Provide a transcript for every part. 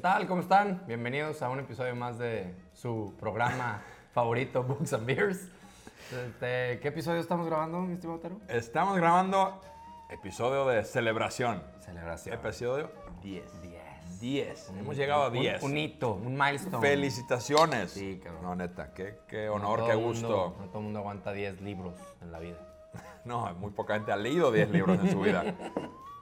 tal? ¿Cómo están? Bienvenidos a un episodio más de su programa favorito, Books and Beers. Este, ¿Qué episodio estamos grabando, mi estimado Otero? Estamos grabando episodio de celebración. Celebración. Episodio 10. 10. 10. Hemos llegado a Un- 10. Un, hito, un milestone. Felicitaciones. Sí, cabrón. No, neta, qué, qué No honor, todo qué el gusto. mundo- no todo el mundo aguanta 10 libros en la vida. No, muy poca gente ha leído 10 libros en su vida.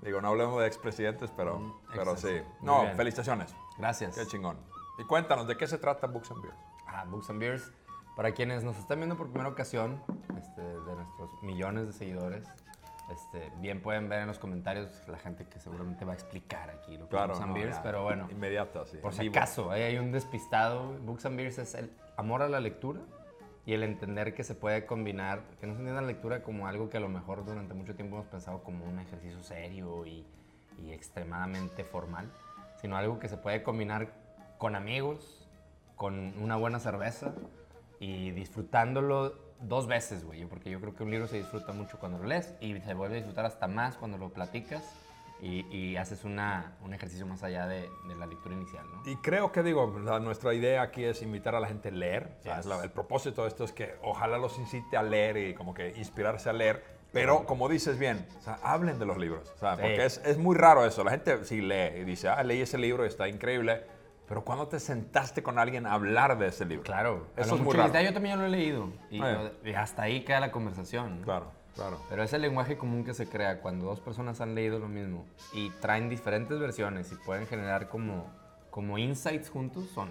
Digo, no hablemos de expresidentes, pero, pero sí. exceso. Mm, Muy No, bien. felicitaciones. Gracias. Qué chingón. Y cuéntanos, ¿de qué se trata Books and Beers? Ah, Books and Beers. Para quienes nos están viendo por primera ocasión, este, de nuestros millones de seguidores, este, bien pueden ver en los comentarios la gente que seguramente va a explicar aquí lo que es Books and no, Beers, ya, pero bueno, Inmediato, sí. por en si vivo. acaso, ahí hay un despistado. Books and Beers es el amor a la lectura y el entender que se puede combinar, que no se entienda la lectura como algo que a lo mejor durante mucho tiempo hemos pensado como un ejercicio serio y, y extremadamente formal, sino algo que se puede combinar con amigos, con una buena cerveza y disfrutándolo dos veces, güey. Porque yo creo que un libro se disfruta mucho cuando lo lees y se vuelve a disfrutar hasta más cuando lo platicas y, y haces una, un ejercicio más allá de, de la lectura inicial, ¿no? Y creo que, digo, la- nuestra idea aquí es invitar a la gente a leer. O sea, Yes. es la- el propósito de esto es que ojalá los incite a leer y como que inspirarse a leer. Pero, como dices bien, o sea, hablen de los libros. O sea, Sí. porque es, es muy raro eso. La gente sí lee y dice, ah, leí ese libro y está increíble. Pero cuando te sentaste con alguien a hablar de ese libro? Claro, a Eso lo es muy mucho raro. dices, "Ah, yo también lo he leído y, Ah, lo- y hasta ahí queda la conversación. ¿no? Claro, claro. Pero es el lenguaje común que se crea cuando dos personas han leído lo mismo y traen diferentes versiones y pueden generar como, como insights juntos, son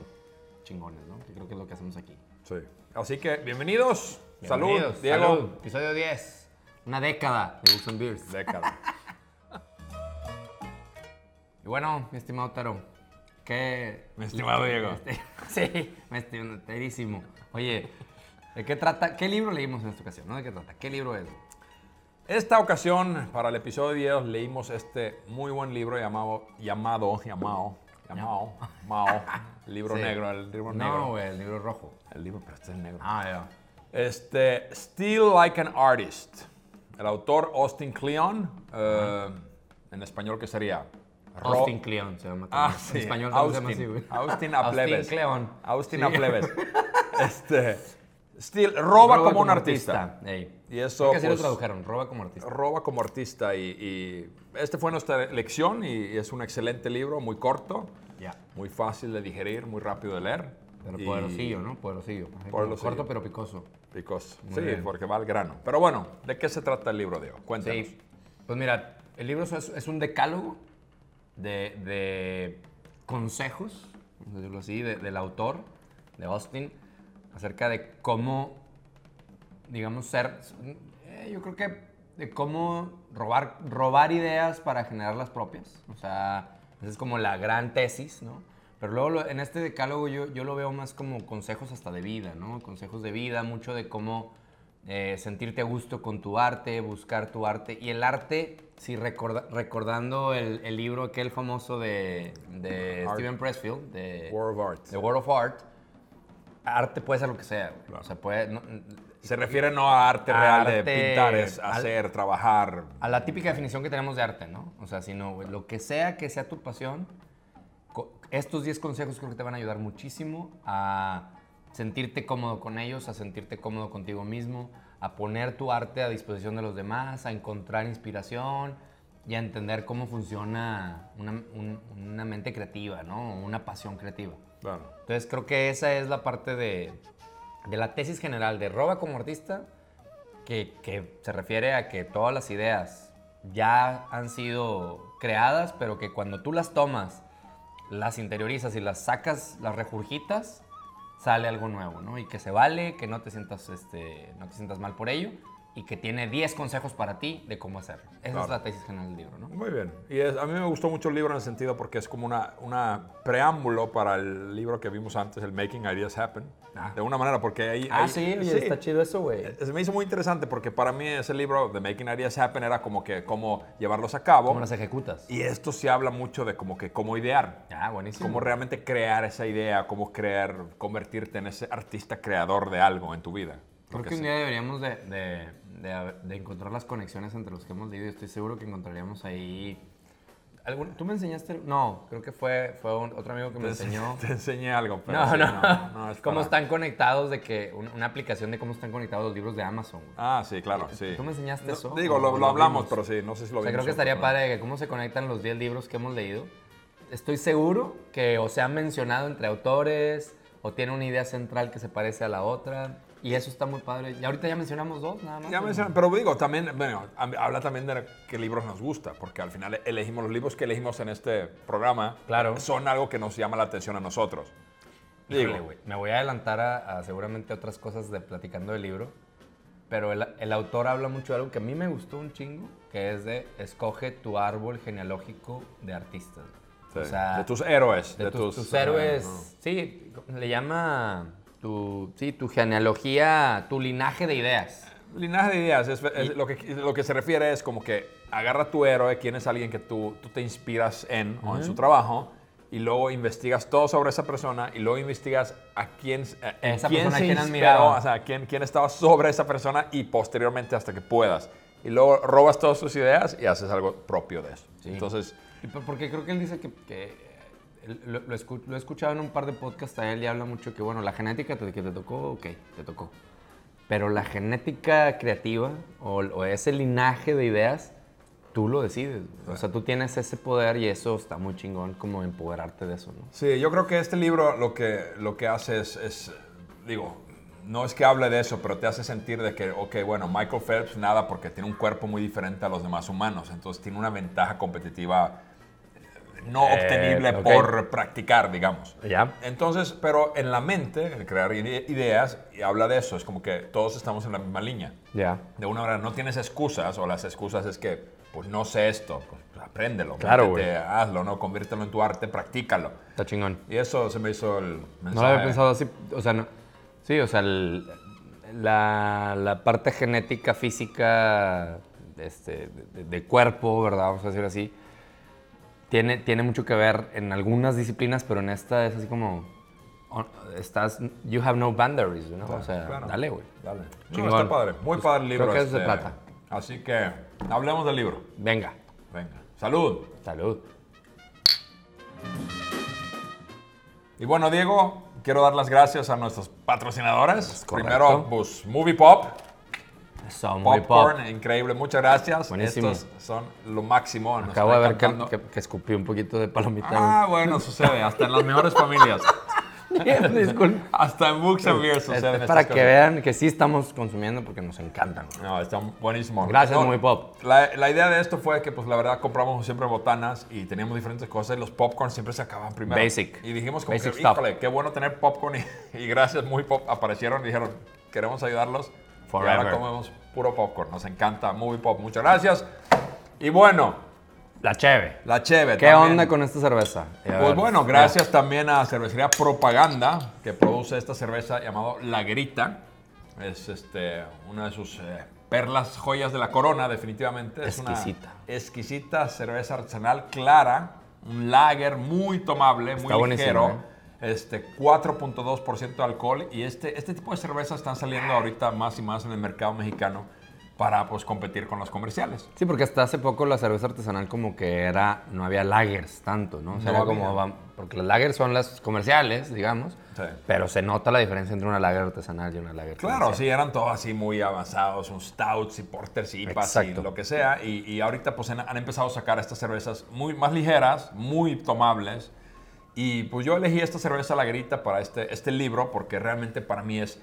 chingones, ¿no? Que creo que es lo que hacemos aquí. Sí. Así que, bienvenidos. Bienvenidos, Salud, Diego. salud. Episodio 10. Una década de Books and Beers. Década. Y bueno, mi estimado Taro, ¿qué. Mi estimado Diego. Este- sí, mi estimado Terísimo. Oye, ¿de qué trata? ¿Qué libro leímos en esta ocasión? ¿No? ¿De qué trata? ¿Qué libro es? Esta ocasión, para el episodio 10, leímos este muy buen libro llamado, llamado, llamado, llamado, Mao, libro Sí. negro, el libro No, negro. güey, el libro rojo. El libro, pero este es negro. Ah, ya. Este, Still Like an Artist. El autor Austin Kleon, eh, en español, ¿qué sería? Ro- Austin Cleon se llama. Ah, también. sí. En español también Austin, se llama así, güey. Austin Apleves. Austin Cleon. Austin Sí. Apleves. Este, Still, roba, como, un artista. Ey. Y eso, Creo que así lo pues, tradujeron, roba como artista. roba como artista y, y este fue nuestra lección y, y es un excelente libro, muy corto, Ya. muy fácil de digerir, muy rápido de leer. Pero y poderosillo, ¿no? Poderosillo. Así como Poderosillo. Corto pero picoso. picoso. Muy Sí, bien. porque va al grano. Pero bueno, ¿de qué se trata el libro, Diego? Cuéntanos. Sí. Pues mira, el libro es, es un decálogo de, de consejos, vamos a decirlo así, de- del autor, de Austin, acerca de cómo, digamos, ser. eh, yo creo que de cómo robar, robar ideas para generar las propias. O sea, esa es como la gran tesis, ¿no? Pero luego lo- en este decálogo yo, yo lo veo más como consejos hasta de vida, ¿no? Consejos de vida, mucho de cómo eh, sentirte a gusto con tu arte, buscar tu arte. Y el arte, si recorda- recordando el, el libro aquel famoso de, de Art. Steven Pressfield, de War of Art. The World of Art, arte puede ser lo que sea. güey. Claro. O sea, puede, no- Se refiere no a arte real de Arte- pintar, es al- hacer, trabajar. a la típica definición que tenemos de arte, ¿no? O sea, sino güey, lo que sea que sea tu pasión, co- estos 10 consejos creo que te van a ayudar muchísimo a sentirte cómodo con ellos, a sentirte cómodo contigo mismo, a poner tu arte a disposición de los demás, a encontrar inspiración y a entender cómo funciona una, un- una mente creativa, ¿no? Una pasión creativa. Claro. Entonces creo que esa es la parte de, de la tesis general de Roba como artista, que, que se refiere a que todas las ideas ya han sido creadas, pero que cuando tú las tomas, las interiorizas y las sacas, las regurgitas, sale algo nuevo, ¿no? Y que se vale, que no te sientas, este, no te sientas mal por ello y que tiene 10 consejos para ti de cómo hacerlo. Esa es Claro. la tesis general del libro, ¿no? Muy bien. Y es- a mí me gustó mucho el libro en el sentido porque es como una, una preámbulo para el libro que vimos antes, el Making Ideas Happen. Ah. De una manera, porque ahí... ahí- oye, chido eso, güey. Se me hizo muy interesante porque para mí ese libro, The Making Ideas Happen, era como que cómo llevarlos a cabo. ¿Cómo las ejecutas? Y esto se habla mucho de como que cómo idear, Ah, buenísimo. cómo realmente crear esa idea, cómo crear, convertirte en ese artista creador de algo en tu vida. Creo que, Porque un sí. día deberíamos de, de- de- de encontrar las conexiones entre los que hemos leído. Estoy seguro que encontraríamos ahí ¿Alguna- ¿Tú me enseñaste? No, creo que fue, fue un- otro amigo que me enseñó. Te enseñé algo, pero No, sí, no. no, es cómo para- están conectados de que un- una aplicación de cómo están conectados los libros de Amazon. güey. Ah, sí, claro, sí. ¿Tú me enseñaste No, eso? Digo, ¿O lo, lo lo hablamos, vimos? pero sí, no sé si lo O sea, creo vimos que estaría nosotros, padre de que cómo se conectan los 10 libros que hemos leído. Estoy seguro que o se han mencionado entre autores o tiene una idea central que se parece a la otra. Y eso está muy padre. Y ahorita ya mencionamos dos, nada ¿no? más. Ya ¿no? mencioné, pero digo, también, bueno, hab- habla también de qué libros nos gusta, porque al final elegimos los libros que elegimos en este programa. Claro. Son algo que nos llama la atención a nosotros. Digo, Híjole, güey. Me voy a adelantar a, a seguramente otras cosas de platicando del libro. Pero el, el autor habla mucho de algo que a mí me gustó un chingo, que es de escoge tu árbol genealógico de artistas. sí, O sea, de eh, tus héroes. de tus, tus héroes. Sí, le llama tu, sí, tu genealogía, tu linaje de ideas. Linaje de ideas, es, es lo, que, lo que se refiere es como que agarra tu héroe, quién es alguien que tú, tú te inspiras en o en su trabajo, y luego investigas todo sobre esa persona, y luego investigas a quién, s- a- en Esa quién persona, se quién inspiró, admiraba. o sea, quién, quién estaba sobre esa persona, y posteriormente hasta que puedas. Y luego robas todas sus ideas y haces algo propio de eso. Sí. Entonces, Y por- Porque creo que él dice que, que, eh, él- lo, lo escu- lo he escuchado en un par de podcasts a él y habla mucho que, bueno, la genética te- que te tocó, ok, te tocó. Pero la genética creativa o, o ese linaje de ideas, tú lo decides. O sea, tú tienes ese poder y eso está muy chingón, como empoderarte de eso, ¿no? Sí, yo creo que este libro lo que, lo que hace es, es, digo, no es que hable de eso, pero te hace sentir de que, ok, bueno, Michael Phelps nada porque tiene un cuerpo muy diferente a los demás humanos, entonces tiene una ventaja competitiva eh, no Eh, obtenible ok. por practicar, digamos. Ya. Entonces, pero en la mente, en crear ide- ideas, y habla de eso, es como que todos estamos en la misma línea Ya. de una manera no tienes excusas o las excusas es que pues no sé esto, pues apréndelo, Claro, métete, hazlo, no, conviértelo en tu arte, practícalo. Está chingón. Y eso se me hizo el mensaje. No lo había pensado así. O sea, no. Sí, o sea, el- la, la parte genética, física, este, de, de cuerpo, ¿verdad? Vamos a decir así. Tiene, tiene mucho que ver en algunas disciplinas, pero en esta es así como. on- Estás. You have no boundaries, ¿no? o sea, claro. dale, güey. Dale. No, Chingón. Pues está padre, muy padre el libro. este- creo que eso se trata. Así que hablemos del libro. Venga. Venga. Salud. Salud. Y bueno, Diego, quiero dar las gracias a nuestros patrocinadores. correcto. Primero, pues Movie Pop, Eso, muy Popcorn, pop. increíble, muchas gracias. Buenísimo. Estos son lo máximo. nos Acabo de está ver que, encantando. que- que escupí un poquito de palomita. Ah, bueno, sucede, hasta en las mejores familias. Disculpa. Hasta en Books and Beer Es, suceden es para estas que cosas. vean que sí estamos consumiendo porque nos encantan. No, está buenísimo. Gracias, No, Muy Pop. La, la idea de esto fue que, pues, la verdad, compramos siempre botanas y teníamos diferentes cosas y los popcorn siempre se acababan primero. Basic. Y dijimos como Basic que, stuff. híjole, qué bueno tener popcorn y, y gracias, Muy Pop, aparecieron y dijeron, queremos ayudarlos. Y ahora Forever. comemos puro popcorn. Nos encanta Muy Pop. Muchas gracias. Y bueno, La cheve. la cheve ¿Qué también. onda con esta cerveza? Y a Pues ver, bueno, mira, gracias también a Cervecería Propaganda, que produce esta cerveza llamado La Grita. Es este, una de sus eh, perlas, joyas de la corona, definitivamente. Es Exquisita. Una exquisita cerveza artesanal clara, un lager muy tomable, Está ¿eh? muy buenísimo, ligero. Este, 4.2% de alcohol y este, este tipo de cervezas están saliendo ahorita más y más en el mercado mexicano para pues, competir con los comerciales. Sí, porque hasta hace poco la cerveza artesanal como que era, no había lagers tanto, ¿no? O sea, No era como, vam- había. porque las lagers son las comerciales, digamos, Sí. pero se nota la diferencia entre una lager artesanal y una lager Claro, sí, eran todos así muy avanzados, un stouts y porters y IPAs y Exacto. lo que sea. Y, y ahorita pues han, han empezado a sacar estas cervezas muy más ligeras, muy tomables. Y pues yo elegí esta cerveza La Grita para este, este libro porque realmente para mí es...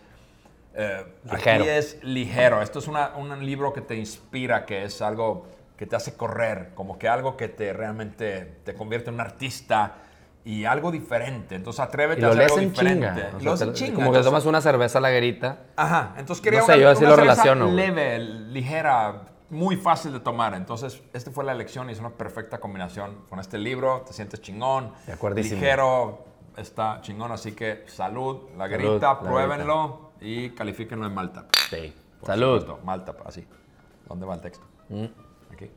eh, Ligero. Aquí es ligero. Esto es una- un libro que te inspira, que es algo que te hace correr, como que algo que te realmente te convierte en un artista y algo diferente. Entonces atrévete Y a lo hacer lees algo en diferente. chinga. o Y sea, lo lees te- en chinga. Como que Entonces- tomas una cerveza lagerita. Ajá, entonces quería No sé, una, yo así una lo cerveza relaciono, güey. leve, ligera, muy fácil de tomar. Entonces, esta fue la elección y es una perfecta combinación con este libro. Te sientes chingón, De acuerdísimo. ligero, está chingón. Así que salud, la Salud, grita, la pruébenlo y califíquenlo en Malta. Sí. por Salud. supuesto. Malta, así. ¿Dónde va el texto? Aquí.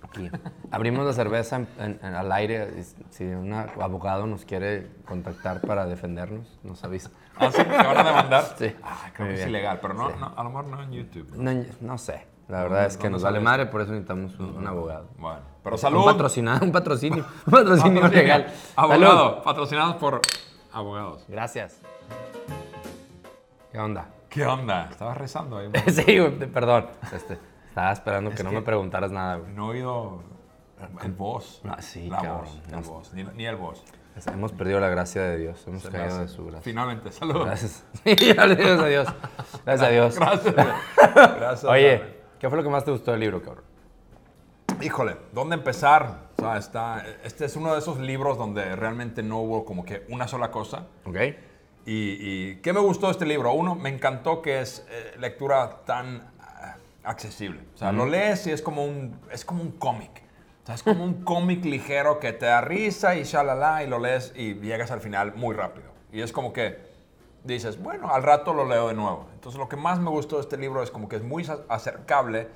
Aquí. Abrimos la cerveza en- en- en- al aire. y Si un abogado nos quiere contactar para defendernos, nos avisa. Ah, sí, ¿Te van a demandar? Sí. Ah, creo Muy que es bien. ilegal, pero no, no, a lo mejor no en YouTube. No, no sé. La verdad es que no nos sabía vale eso. madre, por eso necesitamos un, un abogado. Bueno, Pero Un salud. patrocinado, un patrocinio. Un patrocinio Patrocina- legal. Abogado. Salud. Patrocinados por abogados. Gracias. ¿Qué onda? ¿Qué onda? Estabas rezando ahí. sí, güey, te- perdón. Este, estaba esperando que no me preguntaras nada, güey. No he oído el voz. No, Ah, sí, la cabrón. voz, No. la voz, ni, ni el voz. Hemos perdido la gracia de Dios. Hemos caído de su gracia. Finalmente, saludos. Gracias. Sí, gracias a Dios. Gracias a Dios. Gracias. Gracias. Oye, ¿qué fue lo que más te gustó del libro, cabrón? Híjole, ¿dónde empezar? O sea, está, este es uno de esos libros donde realmente no hubo como que una sola cosa. ¿Ok? Y, y ¿qué me gustó de este libro? Uno, me encantó que es eh, lectura tan ah, accesible. O sea, lo lees y es como un, es como un cómic. O sea, es como un cómic ligero que te da risa y shalala y lo lees y llegas al final muy rápido. Y es como que dices, bueno, al rato lo leo de nuevo. Entonces, lo que más me gustó de este libro es como que es muy sa- acercable,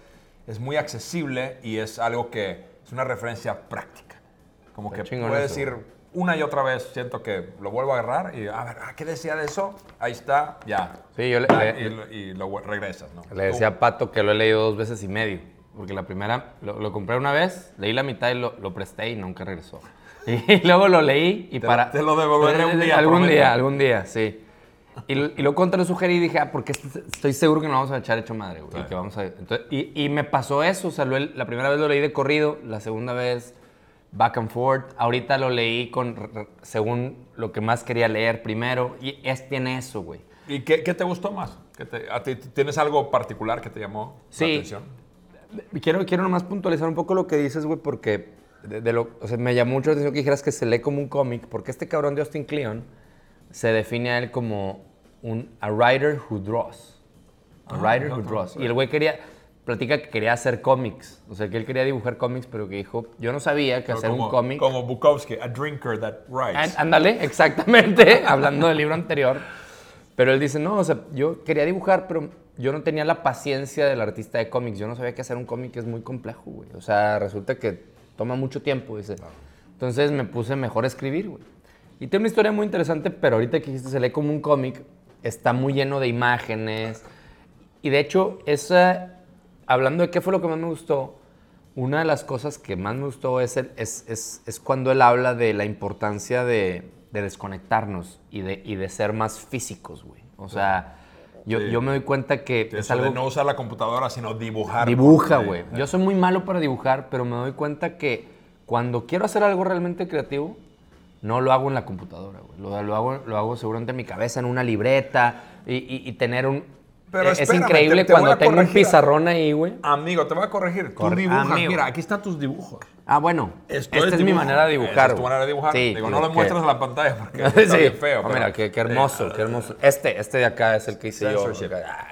es muy accesible y es algo que es una referencia práctica. Como Está que chingón puedes eso. ir una y otra vez siento que lo vuelvo a agarrar y a ver, ah, ¿qué decía de eso? Ahí está, ya. Sí, yo le- Ah, le- y, lo- y lo vu- regresas, ¿no? Le decía a Pato que lo he leído dos veces y medio. Porque la primera lo, lo compré una vez, leí la mitad y lo, lo presté y nunca regresó. Y, luego lo leí y Te- para. te lo devolveré un día, Algún prometo. día, algún día, sí. Y, lo- y luego cuando lo sugerí dije, ah, porque este- estoy seguro que no vamos a echar hecho madre, güey. Claro. que vamos a- entonces- y, y me pasó eso, o sea, lo- la primera vez lo leí de corrido, la segunda vez back and forth, ahorita lo leí con, r- r- según lo que más quería leer primero, y es, tiene eso, güey. ¿Y qué, qué te gustó más? ¿Qué te- a ti- ¿Tienes algo particular que te llamó la Sí. atención? Quiero, quiero nomás puntualizar un poco lo que dices, güey, porque de, de lo, o sea, me llamó mucho la atención que dijeras que se lee como un cómic, porque este cabrón de Austin Kleon se define a él como un a writer who draws. Ah, A writer who draws. Y el güey quería, platica que quería hacer cómics. O sea, que él quería dibujar cómics, pero que dijo, yo no sabía que hacer como, un cómic. ah, Como Bukowski, a drinker that writes. Á- Ándale, exactamente, hablando del libro anterior. Pero él dice, no, o sea, yo quería dibujar, pero yo no tenía la paciencia del artista de cómics. Yo no sabía que hacer un cómic es muy complejo, güey. O sea, resulta que toma mucho tiempo, dice. Entonces me puse mejor a escribir, güey. Y tiene una historia muy interesante, pero ahorita que dijiste, se lee como un cómic, está muy lleno de imágenes. Y de hecho, esa, hablando de qué fue lo que más me gustó, una de las cosas que más me gustó es, el- es, es- es cuando él habla de la importancia de, de desconectarnos y de, y de ser más físicos, güey. O sea, yo, Sí. yo me doy cuenta que Eso es de algo... no usar la computadora, sino dibujar. Dibuja, Sí, güey. sí. Yo soy muy malo para dibujar, pero me doy cuenta que cuando quiero hacer algo realmente creativo, no lo hago en la computadora, güey. Lo, lo hago, lo hago seguramente en mi cabeza, en una libreta y, y- y tener un... e, Pero es espérame, increíble te- te voy cuando a tengo un corregir. pizarrón ahí, güey. Amigo, te voy a corregir. Tú Corre- dibujas. amigo. Mira, aquí están tus dibujos. Ah, bueno. Esto esta es, mi dibujo. manera de Esa dibujar. Es tu güey. manera de dibujar. Sí, Digo, no lo que- muestras a la pantalla porque Sí. está bien feo. Ah, pero- mira, qué, qué Sí. hermoso, qué hermoso. Este, este de acá es el que hice yo. Censorship. Ah,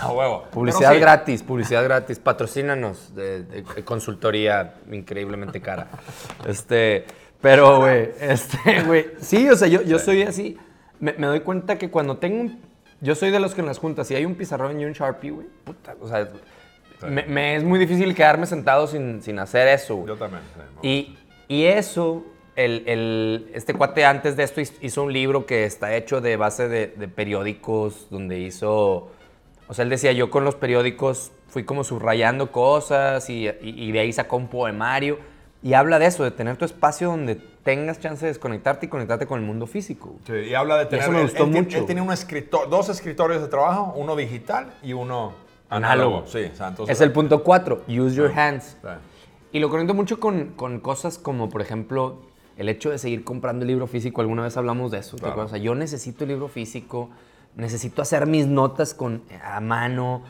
A huevo. Publicidad Pero sí, gratis, publicidad gratis. Patrocínanos de, de- de consultoría increíblemente cara. Este, pero, güey, este, güey. Sí, o sea, yo, yo soy así. Me, me doy cuenta que cuando tengo un. Yo soy de los que en las juntas, si hay un pizarrón y un Sharpie, güey, puta, o sea, me, me es muy difícil quedarme sentado sin, sin hacer eso, güey. Yo también. sí, me Y, y eso, el, el- este cuate antes de esto hiz- hizo un libro que está hecho de base de, de periódicos, donde hizo, o sea, él decía, yo con los periódicos fui como subrayando cosas y, y- y de ahí sacó un poemario. Y habla de eso, de tener tu espacio donde tengas chance de desconectarte y conectarte con el mundo físico. güey. Sí, y habla de tener. eso me él- gustó él tiene- mucho. Él tiene un escritor, dos escritorios de trabajo, uno digital y uno análogo. Sí, o sea, entonces- es el punto cuatro, use your hands. Sí. Y lo conecto mucho con, con cosas como, por ejemplo, el hecho de seguir comprando el libro físico. Alguna vez hablamos de eso, ¿te Claro. acuerdas? O sea, yo necesito el libro físico, necesito hacer mis notas con, a mano.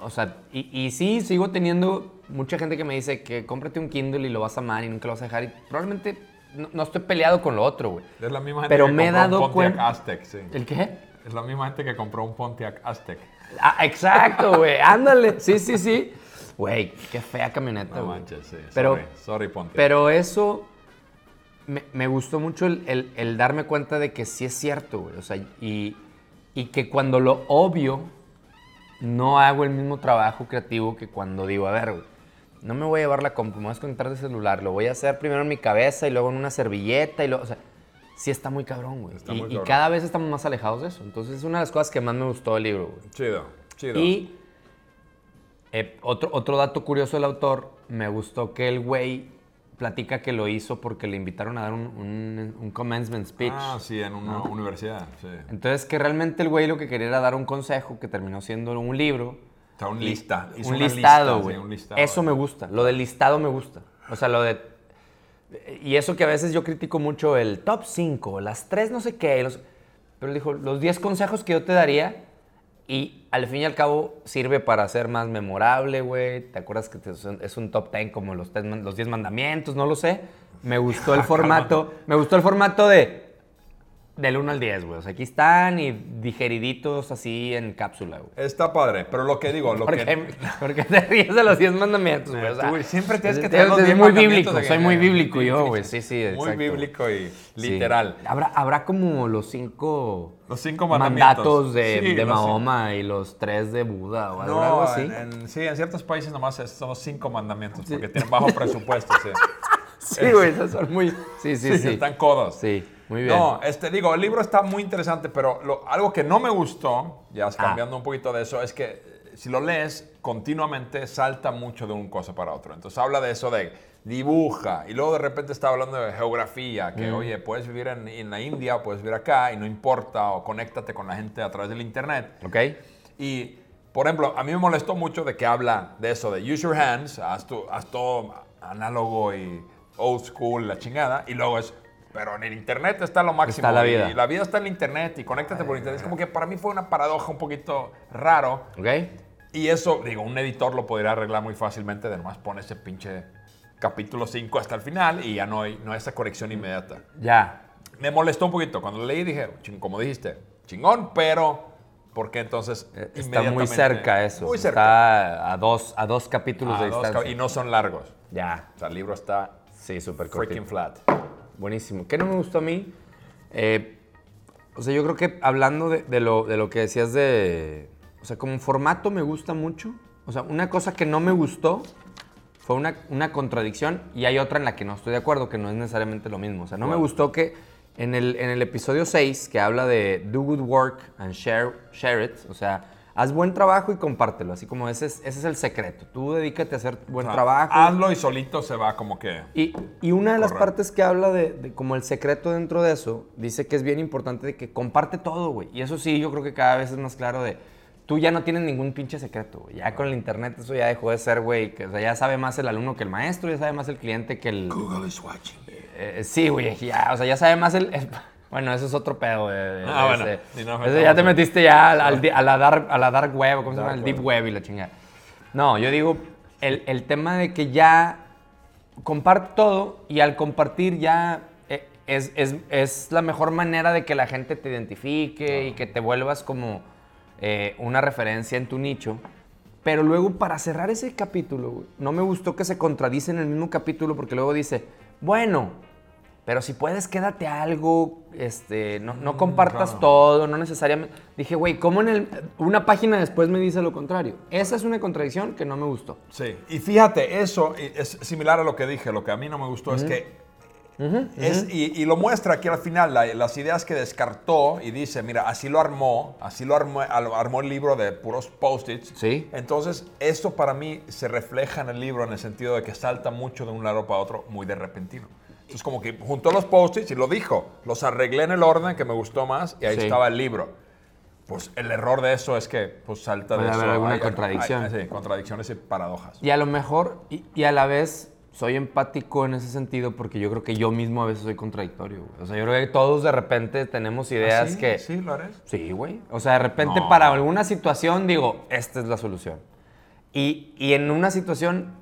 O sea, y, y sí, sigo teniendo mucha gente que me dice que cómprate un Kindle y lo vas a amar y nunca lo vas a dejar. Y probablemente no, no estoy peleado con lo otro, güey. Es la misma gente Pero que me he compró un dado Pontiac cuenta- Aztec, sí. ¿El qué? Es la misma gente que compró un Pontiac Aztec. Ah, exacto, güey. Ándale. Sí, sí, sí. Güey, qué fea camioneta, No güey. manches, sí. Pero- sorry, sorry, Pontiac. Pero eso me, me gustó mucho el, el- el darme cuenta de que sí es cierto, güey. O sea, y, y que cuando lo obvio, no hago el mismo trabajo creativo que cuando digo, a ver, güey, no me voy a llevar la compu, me voy a desconectar del celular, lo voy a hacer primero en mi cabeza y luego en una servilleta y luego, o sea, sí está muy cabrón, güey. Está y, muy y cabrón. cada vez estamos más alejados de eso. Entonces es una de las cosas que más me gustó del libro, güey. chido, chido. Ah, Y eh, otro, otro dato curioso del autor, me gustó que el güey platica que lo hizo porque le invitaron a dar un, un- un commencement speech. Ah, sí, en una universidad, sí. Entonces, que realmente el güey lo que quería era dar un consejo que terminó siendo un libro. Está un lista. hizo un una listado, lista, güey. sí, un listado. Eso me gusta. Lo del listado me gusta. O sea, lo de. Y eso que a veces yo critico mucho el top 5, las 3 no sé qué. los- Pero dijo, los 10 consejos que yo te daría. Y al fin y al cabo sirve para ser más memorable, güey. ¿Te acuerdas que te- es un top 10 como los 10 man- los 10 mandamientos? No lo sé. Me gustó Ah, el formato. Me gustó el formato de del 1 al 10, güey. O sea, aquí están y digeriditos así en cápsula, güey. Está padre, pero lo que digo, lo ¿Por que... qué, por qué te ríes de los 10 mandamientos, güey? O sea, Eh, Tú siempre tienes que es- traer los es 10 muy mandamientos bíblico, de que- eh, soy muy bíblico yo, güey. Sí, sí, Muy exacto. bíblico y Sí. literal. Habrá, habrá como los cinco, Los cinco mandamientos. mandatos de, Sí, de los Mahoma y los tres de Buda o algo, algo No, así. en- en- sí, en ciertos países nomás es- son los cinco mandamientos, porque tienen bajo presupuesto, sí. sí, güey, esos son muy... Sí, sí, sí. Sí, Están codos. muy bien. No, este, digo, el libro está muy interesante, pero lo- algo que no me gustó, ya Ah. cambiando un poquito de eso, es que eh, si lo lees continuamente salta mucho de un cosa para otro. Entonces habla de eso de dibuja y luego de repente está hablando de geografía, Mm. que oye, puedes vivir en, en la India, puedes vivir acá y no importa, o conéctate con la gente a través del internet. ¿Ok? Y, por ejemplo, a mí me molestó mucho de que habla de eso, de use your hands, haz, tu- haz todo análogo y old school, la chingada, y luego es, pero en el internet está lo máximo. Está la y- vida. Y la vida está en el internet y conéctate por internet. Es como que para mí fue una paradoja un poquito raro. ¿Ok? Y eso, digo, un editor lo podría arreglar muy fácilmente de nomás poner ese pinche capítulo 5 hasta el final y ya no hay, no hay esa corrección inmediata Ya. me molestó un poquito. Cuando lo leí dije, "Ching- como dijiste, chingón, pero ¿por qué entonces? Eh, e-, Está muy inmediatamente- cerca eso. Muy cerca. Está a dos, a dos capítulos A de dos distancia. cab- y no son largos. Ya. O sea, el libro está Sí, súper cortito. freaking flat. Buenísimo. ¿Qué no me gustó a mí? Eh, o sea, yo creo que hablando de, de lo, de lo que decías de... O sea, como formato me gusta mucho. O sea, una cosa que no me gustó fue una, una contradicción y hay otra en la que no estoy de acuerdo, que no es necesariamente lo mismo. O sea, no me gustó que en el, en el episodio 6, que habla de do good work and share, share it, o sea, haz buen trabajo y compártelo. Así como ese es, ese es el secreto. Tú dedícate a hacer buen O sea, trabajo. Hazlo y solito se va como que. Y, y una de las Correcto. partes que habla de, de como el secreto dentro de eso, dice que es bien importante de que comparte todo, güey. Y eso sí, yo creo que cada vez es más claro de, tú ya no tienes ningún pinche secreto, güey. Ya con el internet eso ya dejó de ser, güey. que, O sea, ya sabe más el alumno que el maestro, ya sabe más el cliente que el... Google is watching. eh, sí, güey, ya, o sea, ya sabe más el... el- bueno, eso es otro pedo, güey. Ah, bueno, y no me ese ya te estamos- metiste ya al- al di- a la dark, a la dark web, ¿cómo se llama? Dark El web. deep web y la chingada. No, yo digo, el, el tema de que ya comparte todo y al compartir ya eh, es, es- es la mejor manera de que la gente te identifique y que te vuelvas como eh, una referencia en tu nicho. Pero luego para cerrar ese capítulo, güey, no me gustó que se contradice en el mismo capítulo porque luego dice, bueno, pero si puedes quédate algo, este, no, no compartas claro. todo, no necesariamente. Dije, güey, ¿cómo en el, una página después me dice lo contrario? Esa es una contradicción que no me gustó. Sí. Y fíjate, eso y- es similar a lo que dije. Lo que a mí no me gustó es que. es- y, y lo muestra aquí al final, la- las ideas que descartó y dice, mira, así lo armó, así lo armó, al- armó el libro de puros post-its. Sí. Entonces, esto para mí se refleja en el libro en el sentido de que salta mucho de un lado para otro muy de repentino. Entonces, como que juntó los post-its y lo dijo, los arreglé en el orden que me gustó más y ahí Sí. estaba el libro. Pues el error de eso es que pues, salta Puede de haber eso. alguna contradicción. hay- sí, contradicciones y paradojas. Y a lo mejor, y, y a la vez, soy empático en ese sentido porque yo creo que yo mismo a veces soy contradictorio. güey. O sea, yo creo que todos de repente tenemos ideas ¿Ah, ¿Sí? que... Sí, lo eres. Sí, güey. O sea, de repente No. para alguna situación digo, esta es la solución. Y, y en una situación,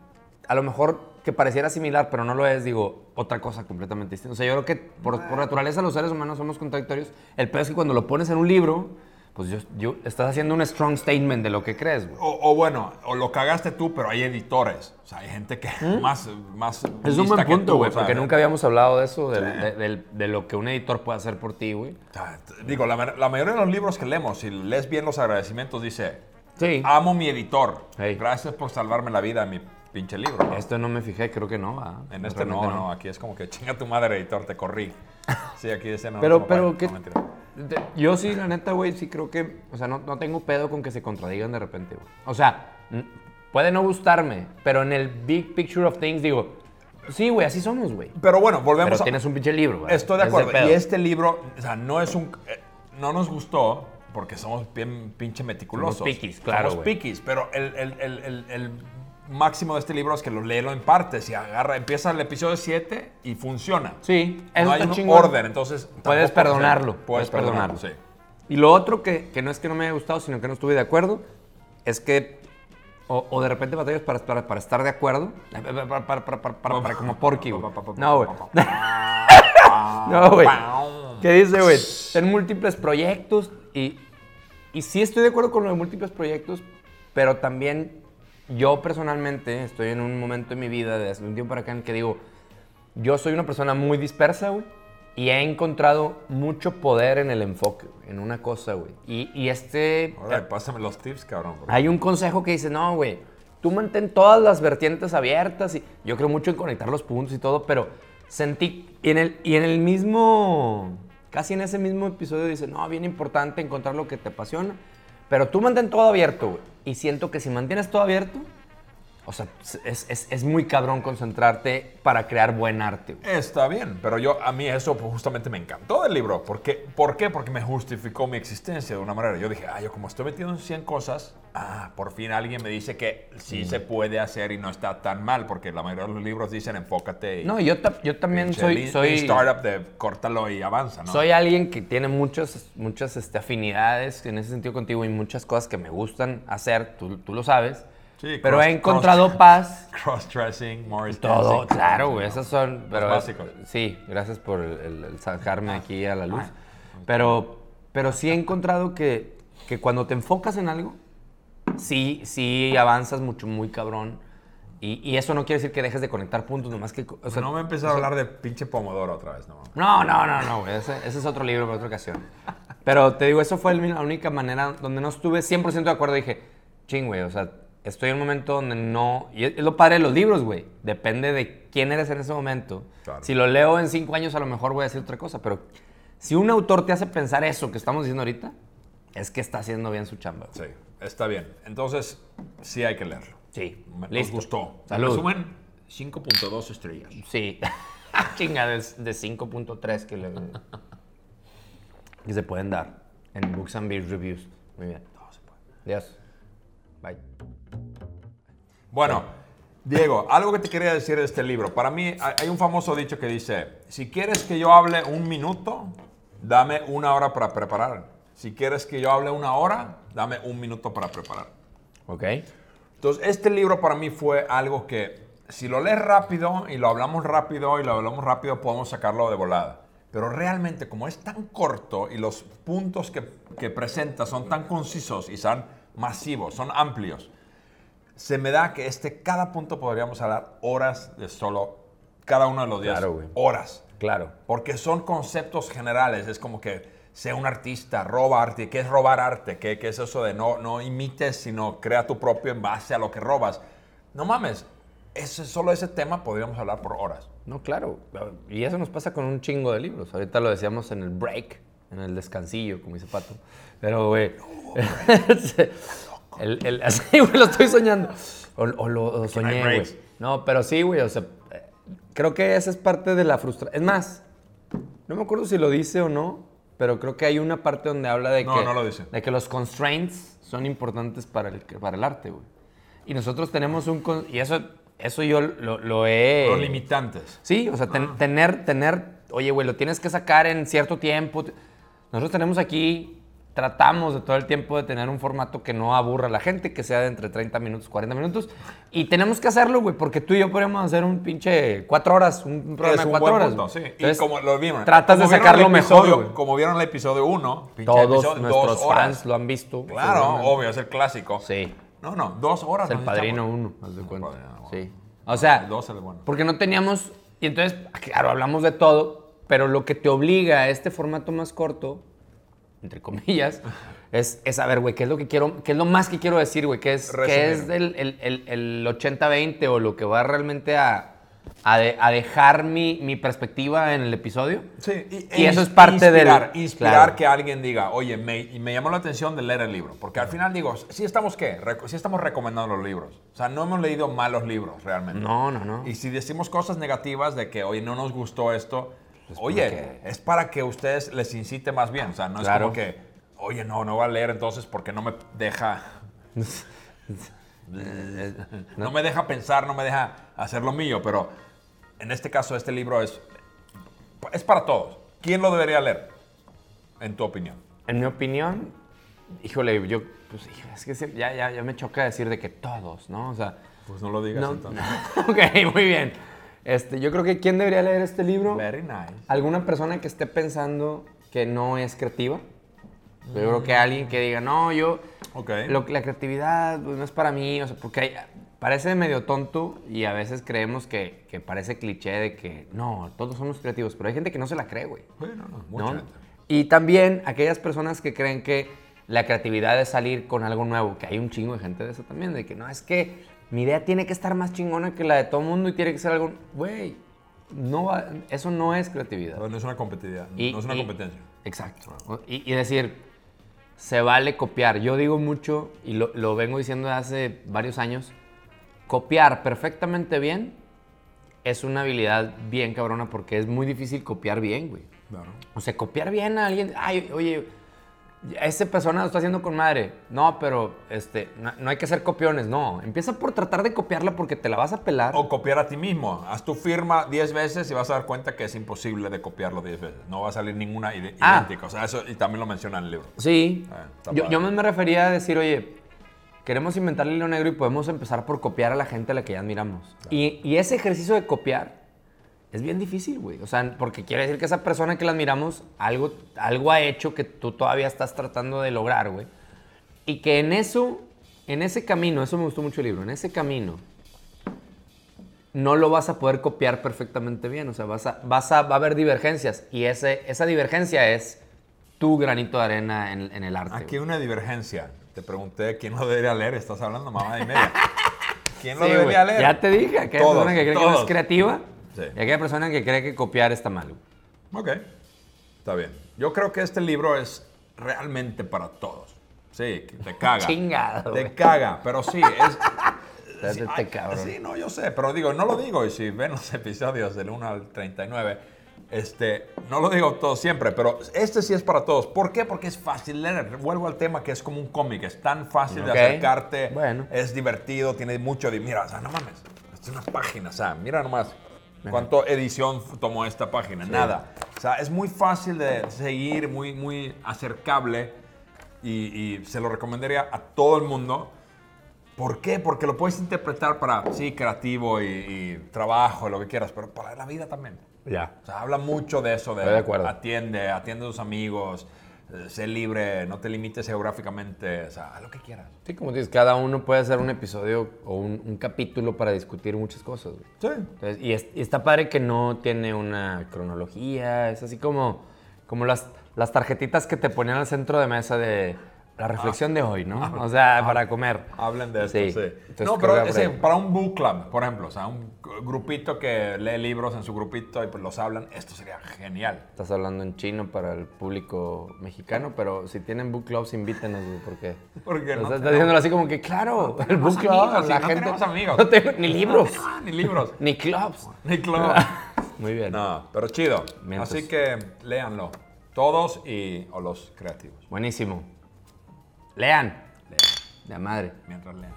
a lo mejor que pareciera similar, pero no lo es, digo, otra cosa completamente distinta. O sea, yo creo que por, por naturaleza los seres humanos somos contradictorios. El peor es que cuando lo pones en un libro, pues yo, yo- estás haciendo un strong statement de lo que crees, güey. O, o bueno, o lo cagaste tú, pero hay editores. O sea, hay gente que más, más ¿Mm? Es un buen lista que tú, punto, güey, o sea, porque nunca habíamos hablado de eso, del- de, del- de lo que un editor puede hacer por ti, güey. o sea, Digo, la, ma- la mayoría de los libros que leemos, si lees bien los agradecimientos, dice, Sí. amo mi editor. Hey. Gracias por salvarme la vida, mi pinche libro. ¿no? Esto no me fijé, creo que no. ¿ah? En este no, Realmente no, aquí es como que chinga tu madre, editor, te corrí. Sí, aquí dice no. Pero, no, pero, papá, ¿qué? no, mentira. te- yo sí, la neta, güey, sí creo que. O sea, no, no tengo pedo con que se contradigan de repente, güey. O sea, n- puede no gustarme, pero en el big picture of things digo, Sí, güey, así somos, güey. Pero bueno, volvemos Pero a... tienes un pinche libro, güey. Estoy de Es acuerdo. pedo. y este libro, o sea, no es un. eh, No nos gustó porque somos bien pinche meticulosos. Somos piquis, claro, Somos güey. piquis, pero el, el- el- el- el máximo de este libro es que lo léelo en partes y agarra, empieza el episodio 7 y funciona. Sí, eso no hay está un chingón. orden, entonces. Puedes tampoco- perdonarlo, puedes Puedes perdonarlo, perdonarlo. sí. Y lo otro que, que no es que no me haya gustado, sino que no estuve de acuerdo, es que. O, o de repente batallas para, para, para estar de acuerdo. Para, para, para, para, para- para- para- como Porky, güey. No, güey. No, güey. ¿Qué dice, güey? Ten múltiples proyectos y. Y sí estoy de acuerdo con lo de múltiples proyectos, pero también yo personalmente estoy en un momento en mi vida, desde un tiempo para acá, en que digo, yo soy una persona muy dispersa, güey. Y he encontrado mucho poder en el enfoque, güey, en una cosa, güey. Y, y este... Ahora, pásame los tips, cabrón. porque- Hay un consejo que dice, no, güey, tú mantén todas las vertientes abiertas. Y yo creo mucho en conectar los puntos y todo, pero sentí... Y en el, y en el mismo... Casi en ese mismo episodio dice, no, bien importante encontrar lo que te apasiona. Pero tú mantén todo abierto, güey. Y siento que si mantienes todo abierto, o sea, es, es- es muy cabrón concentrarte para crear buen arte, güey. Está bien, pero yo a mí eso pues, justamente me encantó del libro. Porque, ¿Por qué? Porque me justificó mi existencia de una manera. Yo dije, ah, yo como estoy metido en 100 cosas, ah, por fin alguien me dice que Mm. sí se puede hacer y no está tan mal, porque la mayoría de los libros dicen enfócate y No, yo, ta- yo también pinche eh, soy, lean- soy, lean startup de córtalo y avanza, ¿no? soy alguien que tiene muchas, muchas este, afinidades en ese sentido contigo y muchas cosas que me gustan hacer, tú, tú lo sabes. Sí, pero cross- he encontrado cross- paz. Cross-dressing, Morris Todo, dancing. claro, güey, esas son... Pero, básicos. Ah. Sí, gracias por el, el- el sacarme aquí a la luz. Pero, pero sí he encontrado que, que cuando te enfocas en algo, sí, sí avanzas mucho, muy cabrón. Y, y eso no quiere decir que dejes de conectar puntos, nomás que... o sea, no me empecé a hablar de pinche pomodoro otra vez, no. mames. no, no, no, no, güey. Ese, ese es otro libro para otra ocasión. Pero te digo, eso fue el- la única manera donde no estuve 100% de acuerdo. Dije, ching, güey, o sea, estoy en un momento donde no... Y es es lo padre de los libros, güey. Depende de quién eres en ese momento. Claro. Si lo leo en cinco años, a lo mejor voy a decir otra cosa. Pero si un autor te hace pensar eso que estamos diciendo ahorita, es que está haciendo bien su chamba. güey. Sí, está bien. Entonces, sí hay que leerlo. Sí, Me- Nos listo. gustó. Salud. Resumen, 5.2 estrellas. Sí. Chinga, de, de 5.3 que le... que se pueden dar en Books and Beers Reviews. Muy bien. Adiós. Bye. Bueno, Diego, algo que te quería decir de este libro. Para mí hay hay un famoso dicho que dice, si quieres que yo hable un minuto, dame una hora para preparar. Si quieres que yo hable una hora, dame un minuto para preparar. ¿Ok? Entonces, este libro para mí fue algo que, si lo lees rápido y lo hablamos rápido y lo hablamos rápido, podemos sacarlo de volada. Pero realmente, como es tan corto y los puntos que, que presenta son tan concisos y son masivos, son amplios, se me da que este, cada punto podríamos hablar horas de solo cada uno de los días. Claro, güey. Horas. Claro. Porque son conceptos generales. Es como que sea un artista, roba arte. ¿Qué es robar arte? ¿Qué, qué es eso de no, no imites, sino crea tu propio en base a lo que robas? No mames. Ese, solo ese tema podríamos hablar por horas. No, claro. Y eso nos pasa con un chingo de libros. Ahorita lo decíamos en el break, en el descansillo, como dice Pato. Pero, güey. el, el- así, güey, lo estoy soñando. O, o lo, o soñé, güey. breaks. No, pero sí, güey. O sea, eh, creo que esa es parte de la frustración. Es más, no me acuerdo si lo dice o no, pero creo que hay una parte donde habla de No, que. no lo dice. De que los constraints son importantes para el, para el arte, güey. Y nosotros tenemos un. con- Y eso, eso yo lo, lo he. Los limitantes. Sí, o sea, ten- tener, tener, oye, güey, lo tienes que sacar en cierto tiempo. Nosotros tenemos aquí, tratamos de todo el tiempo de tener un formato que no aburra a la gente, que sea de entre 30 minutos, 40 minutos. Y tenemos que hacerlo, güey, porque tú y yo podríamos hacer un pinche cuatro horas, un, programa Es de un cuatro buen horas. punto, güey. sí. Y Entonces, como lo vieron. Tratas como de vieron el sacar lo mejor, episodio- güey. Como vieron el episodio 1, Todos nuestros fans lo han visto. Claro, seguramente. obvio, es el clásico. Sí. No, no, dos horas. Es el nos padrino echamos. uno, haz de cuenta. Padrino uno. Sí. O sea, El dos es el bueno. porque no teníamos. Y entonces, claro, hablamos de todo, pero lo que te obliga a este formato más corto, entre comillas, es, es saber, güey, qué es lo que quiero, qué es lo más que quiero decir, güey, qué es, qué Resumir. es del el, el- el 80-20 o lo que va realmente a, a, de- a dejar mi, mi perspectiva en el episodio. Sí, y, Y e eso es ins- parte del- inspirar, Inspirar claro. que alguien diga, oye, me, y me llamó la atención de leer el libro. Porque al final digo, sí estamos qué? Reco- sí estamos recomendando los libros. O sea, no hemos leído malos libros realmente. No, no, no. Y si decimos cosas negativas de que, oye, no nos gustó esto, oye, porque- es para que ustedes les incite más bien. O sea, no Claro. es como que, oye, no, no va a leer entonces porque no me deja. no me deja pensar, no me deja hacer lo mío. Pero en este caso, este libro es, es para todos. ¿Quién lo debería leer? En tu opinión. En mi opinión, híjole, yo, pues, hijo, es que se- ya, ya, ya me choca decir de que todos, ¿no? O sea, Pues no lo digas no- entonces. ok, muy bien. Este, yo creo que ¿quién debería leer este libro? Very nice. Alguna persona que esté pensando que no es creativa. Yo creo que alguien que diga, no, yo, Ok. lo- la creatividad pues, no es para mí, o sea, porque hay- parece medio tonto y a veces creemos que, que parece cliché de que no, todos somos creativos, pero hay gente que no se la cree, güey. Bueno, no, mucha ¿no? gente. Y también aquellas personas que creen que la creatividad es salir con algo nuevo, que hay un chingo de gente de eso también, de que no, es que mi idea tiene que estar más chingona que la de todo el mundo y tiene que ser algo, güey, no va- eso no es creatividad. No, no es una competitividad, Y- no es una y- competencia. Exacto. Y, y decir, se vale copiar. Yo digo mucho, y lo, lo vengo diciendo hace varios años, copiar perfectamente bien es una habilidad bien cabrona porque es muy difícil copiar bien, güey. Claro. O sea, pues, copiar bien a alguien. Ay, oye, esa persona lo está haciendo con madre. No, pero este, no, no hay que ser copiones, no. Empieza por tratar de copiarla porque te la vas a pelar. O copiar a ti mismo. Haz tu firma 10 veces y vas a dar cuenta que es imposible de copiarlo 10 veces. No va a salir ninguna ide- Ah. idéntica. O sea, eso y también lo menciona en el libro. Sí. Ah, está yo, padre. yo me refería a decir, oye, queremos inventar el hilo negro y podemos empezar por copiar a la gente a la que ya admiramos. Y, y ese ejercicio de copiar es bien difícil, güey. O sea, porque quiere decir que esa persona que la admiramos algo, algo ha hecho que tú todavía estás tratando de lograr, güey. Y que en eso, en ese camino, eso me gustó mucho el libro, en ese camino no lo vas a poder copiar perfectamente bien, o sea, vas a, vas a, va a haber divergencias y ese, esa divergencia es tu granito de arena en, en el arte. Aquí güey. una divergencia. Te pregunté quién lo debería leer. Estás hablando mamá de media. ¿Quién lo Sí, debería güey. leer? Ya te dije, aquella Todos, persona que cree que no todos. es creativa Sí. y aquella persona que cree que copiar está mal. güey. Ok. Está bien. Yo creo que este libro es realmente para todos. Sí, que te caga. Chingado, güey. Te caga, pero sí, es, Estás de ay, este cabrón. sí, no, yo sé, pero digo, no lo digo. Y si ven los episodios del 1 al 39, este, no lo digo todo siempre, pero este sí es para todos. ¿Por qué? Porque es fácil leer. Vuelvo al tema que es como un cómic, es tan fácil Ok. de acercarte, Bueno. es divertido, tiene mucho de. Mira, o sea, no mames, es una página, o sea, mira nomás. ¿Cuánto edición f- tomó esta página? Nada. O sea, es muy fácil de seguir, muy, muy acercable y- y se lo recomendaría a todo el mundo. ¿Por qué? Porque lo puedes interpretar para, sí, creativo y, y trabajo, lo que quieras, pero para la vida también. Ya. O sea, habla mucho de eso, de, Estoy de acuerdo. atiende, atiende a tus amigos, eh, sé libre, no te limites geográficamente, o sea, haz lo que quieras. Sí, como dices, cada uno puede hacer un episodio o un, un capítulo para discutir muchas cosas. güey. Sí. Entonces, y, es- y está padre que no tiene una cronología, es así como, como las, las tarjetitas que te ponían al centro de mesa de la reflexión de hoy, ¿no? o sea, para comer. Hablen Ah, de esto, Sí. sí. Entonces, no, creo pero que ese, habrá- para un book club, por ejemplo, o sea, un grupito que lee libros en su grupito y pues los hablan, esto sería genial. Estás hablando en chino para el público mexicano, pero si tienen book clubs, invítenos, güey, porque... Porque o no sea, estás tenemos- diciéndolo así como que, claro, el book club, amigos, la sí, no gente... tenemos amigos. No tengo ni libros, Ah, ni libros, ni clubs. ni club. Muy bien. No, pero chido. Mientras- Así que léanlo. Todos y o los creativos. Buenísimo. Lean. Lean, La madre. mientras lean.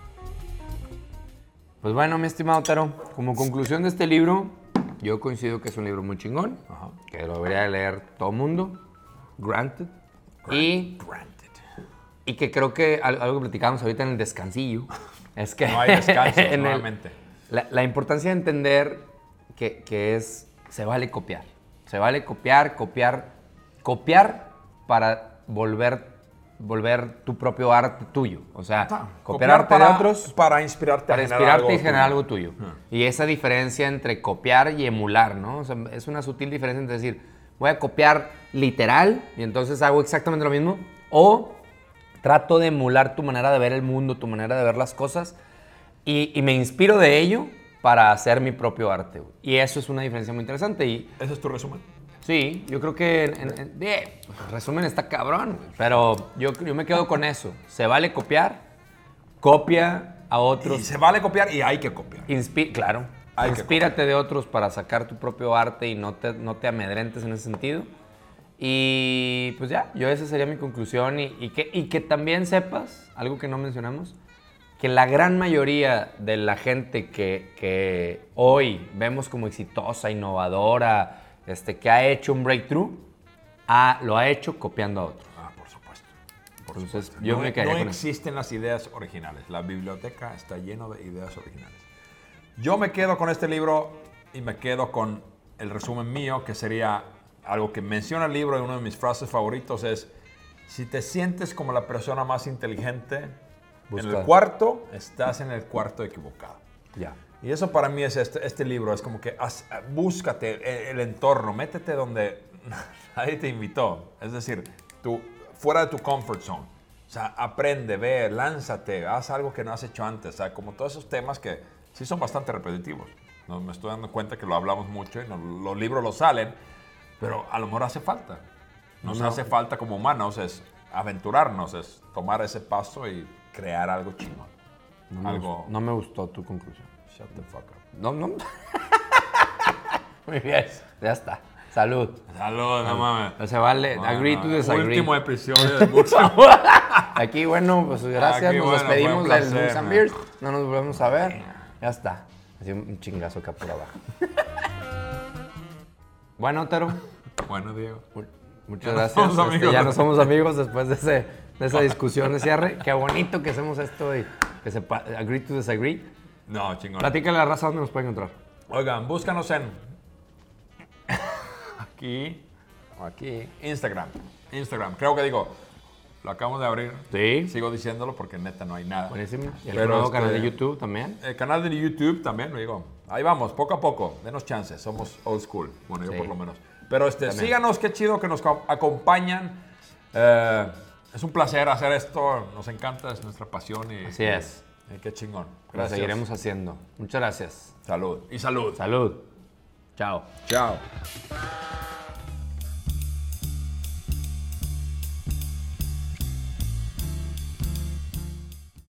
Pues bueno, mi estimado Taro, como conclusión de este libro, yo coincido que es un libro muy chingón, Ajá. que lo debería de leer todo mundo, granted, y, Granted. y que creo que al- algo que platicábamos ahorita en el descansillo, es que... No hay descansos, en el- nuevamente. la, la importancia de entender que, que es, se vale copiar, se vale copiar, copiar, copiar para volver, volver tu propio arte tuyo, o sea, copiar, arte para, de Ah, otros Para inspirarte. a para generar inspirarte y algo generar tuyo. Ah. algo tuyo. Y esa diferencia entre copiar y emular, ¿no? O sea, es una sutil diferencia entre decir, voy a copiar literal y entonces hago exactamente lo mismo, o trato de emular tu manera de ver el mundo, tu manera de ver las cosas, y, y me inspiro de ello para hacer mi propio arte. güey. Y eso es una diferencia muy interesante. Y ¿Ese es tu resumen? sí, yo creo que, en, en- en- bien, resumen, está cabrón, güey, pero yo, yo me quedo con eso. Se vale copiar, copia a Y otros, se vale copiar y hay que copiar. inspi- claro, Hay que inspírate de otros para sacar tu propio arte y no te, no te amedrentes en ese sentido. Y pues ya, yo esa sería mi conclusión y, y que, y que también sepas, algo que no mencionamos, que la gran mayoría de la gente que, que hoy vemos como exitosa, innovadora, este, que ha hecho un breakthrough, ha- lo ha hecho copiando a otros. Ah, por supuesto. Por Entonces, supuesto. Pues, yo no, e- me quedaría no con eso. existen las ideas originales. La biblioteca está llena de ideas originales. Yo me quedo con este libro y me quedo con el resumen mío, que sería algo que menciona el libro y una de mis frases favoritos es, si te sientes como la persona más inteligente en Busca. el cuarto, estás en el cuarto equivocado. Ya. Y eso para mí es este, este libro, es como que haz- búscate el, el entorno, métete donde nadie te invitó. Es decir, tú, fuera de tu comfort zone. O sea, aprende, ve, lánzate, haz algo que no has hecho antes. O sea, como todos esos temas que sí son bastante repetitivos. No, me estoy dando cuenta que lo hablamos mucho y no- los libros lo salen, pero a lo mejor hace falta. Nos hace falta como humanos es aventurarnos, es tomar ese paso y crear algo chino. No me algo... gustó- no me gustó tu conclusión. Shut the fuck up. No, no. Muy bien, ya está. Salud. Salud, no mames. No se vale. No, Agree no, to disagree. Último episodio del Books Aquí, bueno, pues gracias. Aquí, nos bueno, fue despedimos un del placer, Books and man. Beers. No nos volvemos a ver. Ya está. Así un chingazo acá por abajo. bueno, Otero. Bueno, Diego. mu- Ya Muchas no gracias. somos Este, amigos. ya no somos amigos después de, ese, de esa discusión de cierre. Qué bonito que hacemos esto y que se pa- agree to disagree. No, chingón. Platícale a la raza dónde nos puede encontrar. Oigan, búscanos en. Aquí. o Aquí. Instagram. Instagram. Creo que digo. Lo acabamos de abrir. Sí. Sigo diciéndolo porque neta no hay nada. Buenísimo. Y el Pero, nuevo este, canal de YouTube también. El canal de YouTube también, lo digo. Ahí vamos, poco a poco. Denos chance. Somos old school. Bueno, yo Sí. por lo menos. Pero este, síganos, qué chido que nos co- acompañan. Eh, es un placer hacer esto. Nos encanta, es nuestra pasión. Y, Así es. y Eh, qué chingón. Lo Gracias. seguiremos haciendo. Muchas gracias. Salud. Y salud. Salud. Chao. Chao.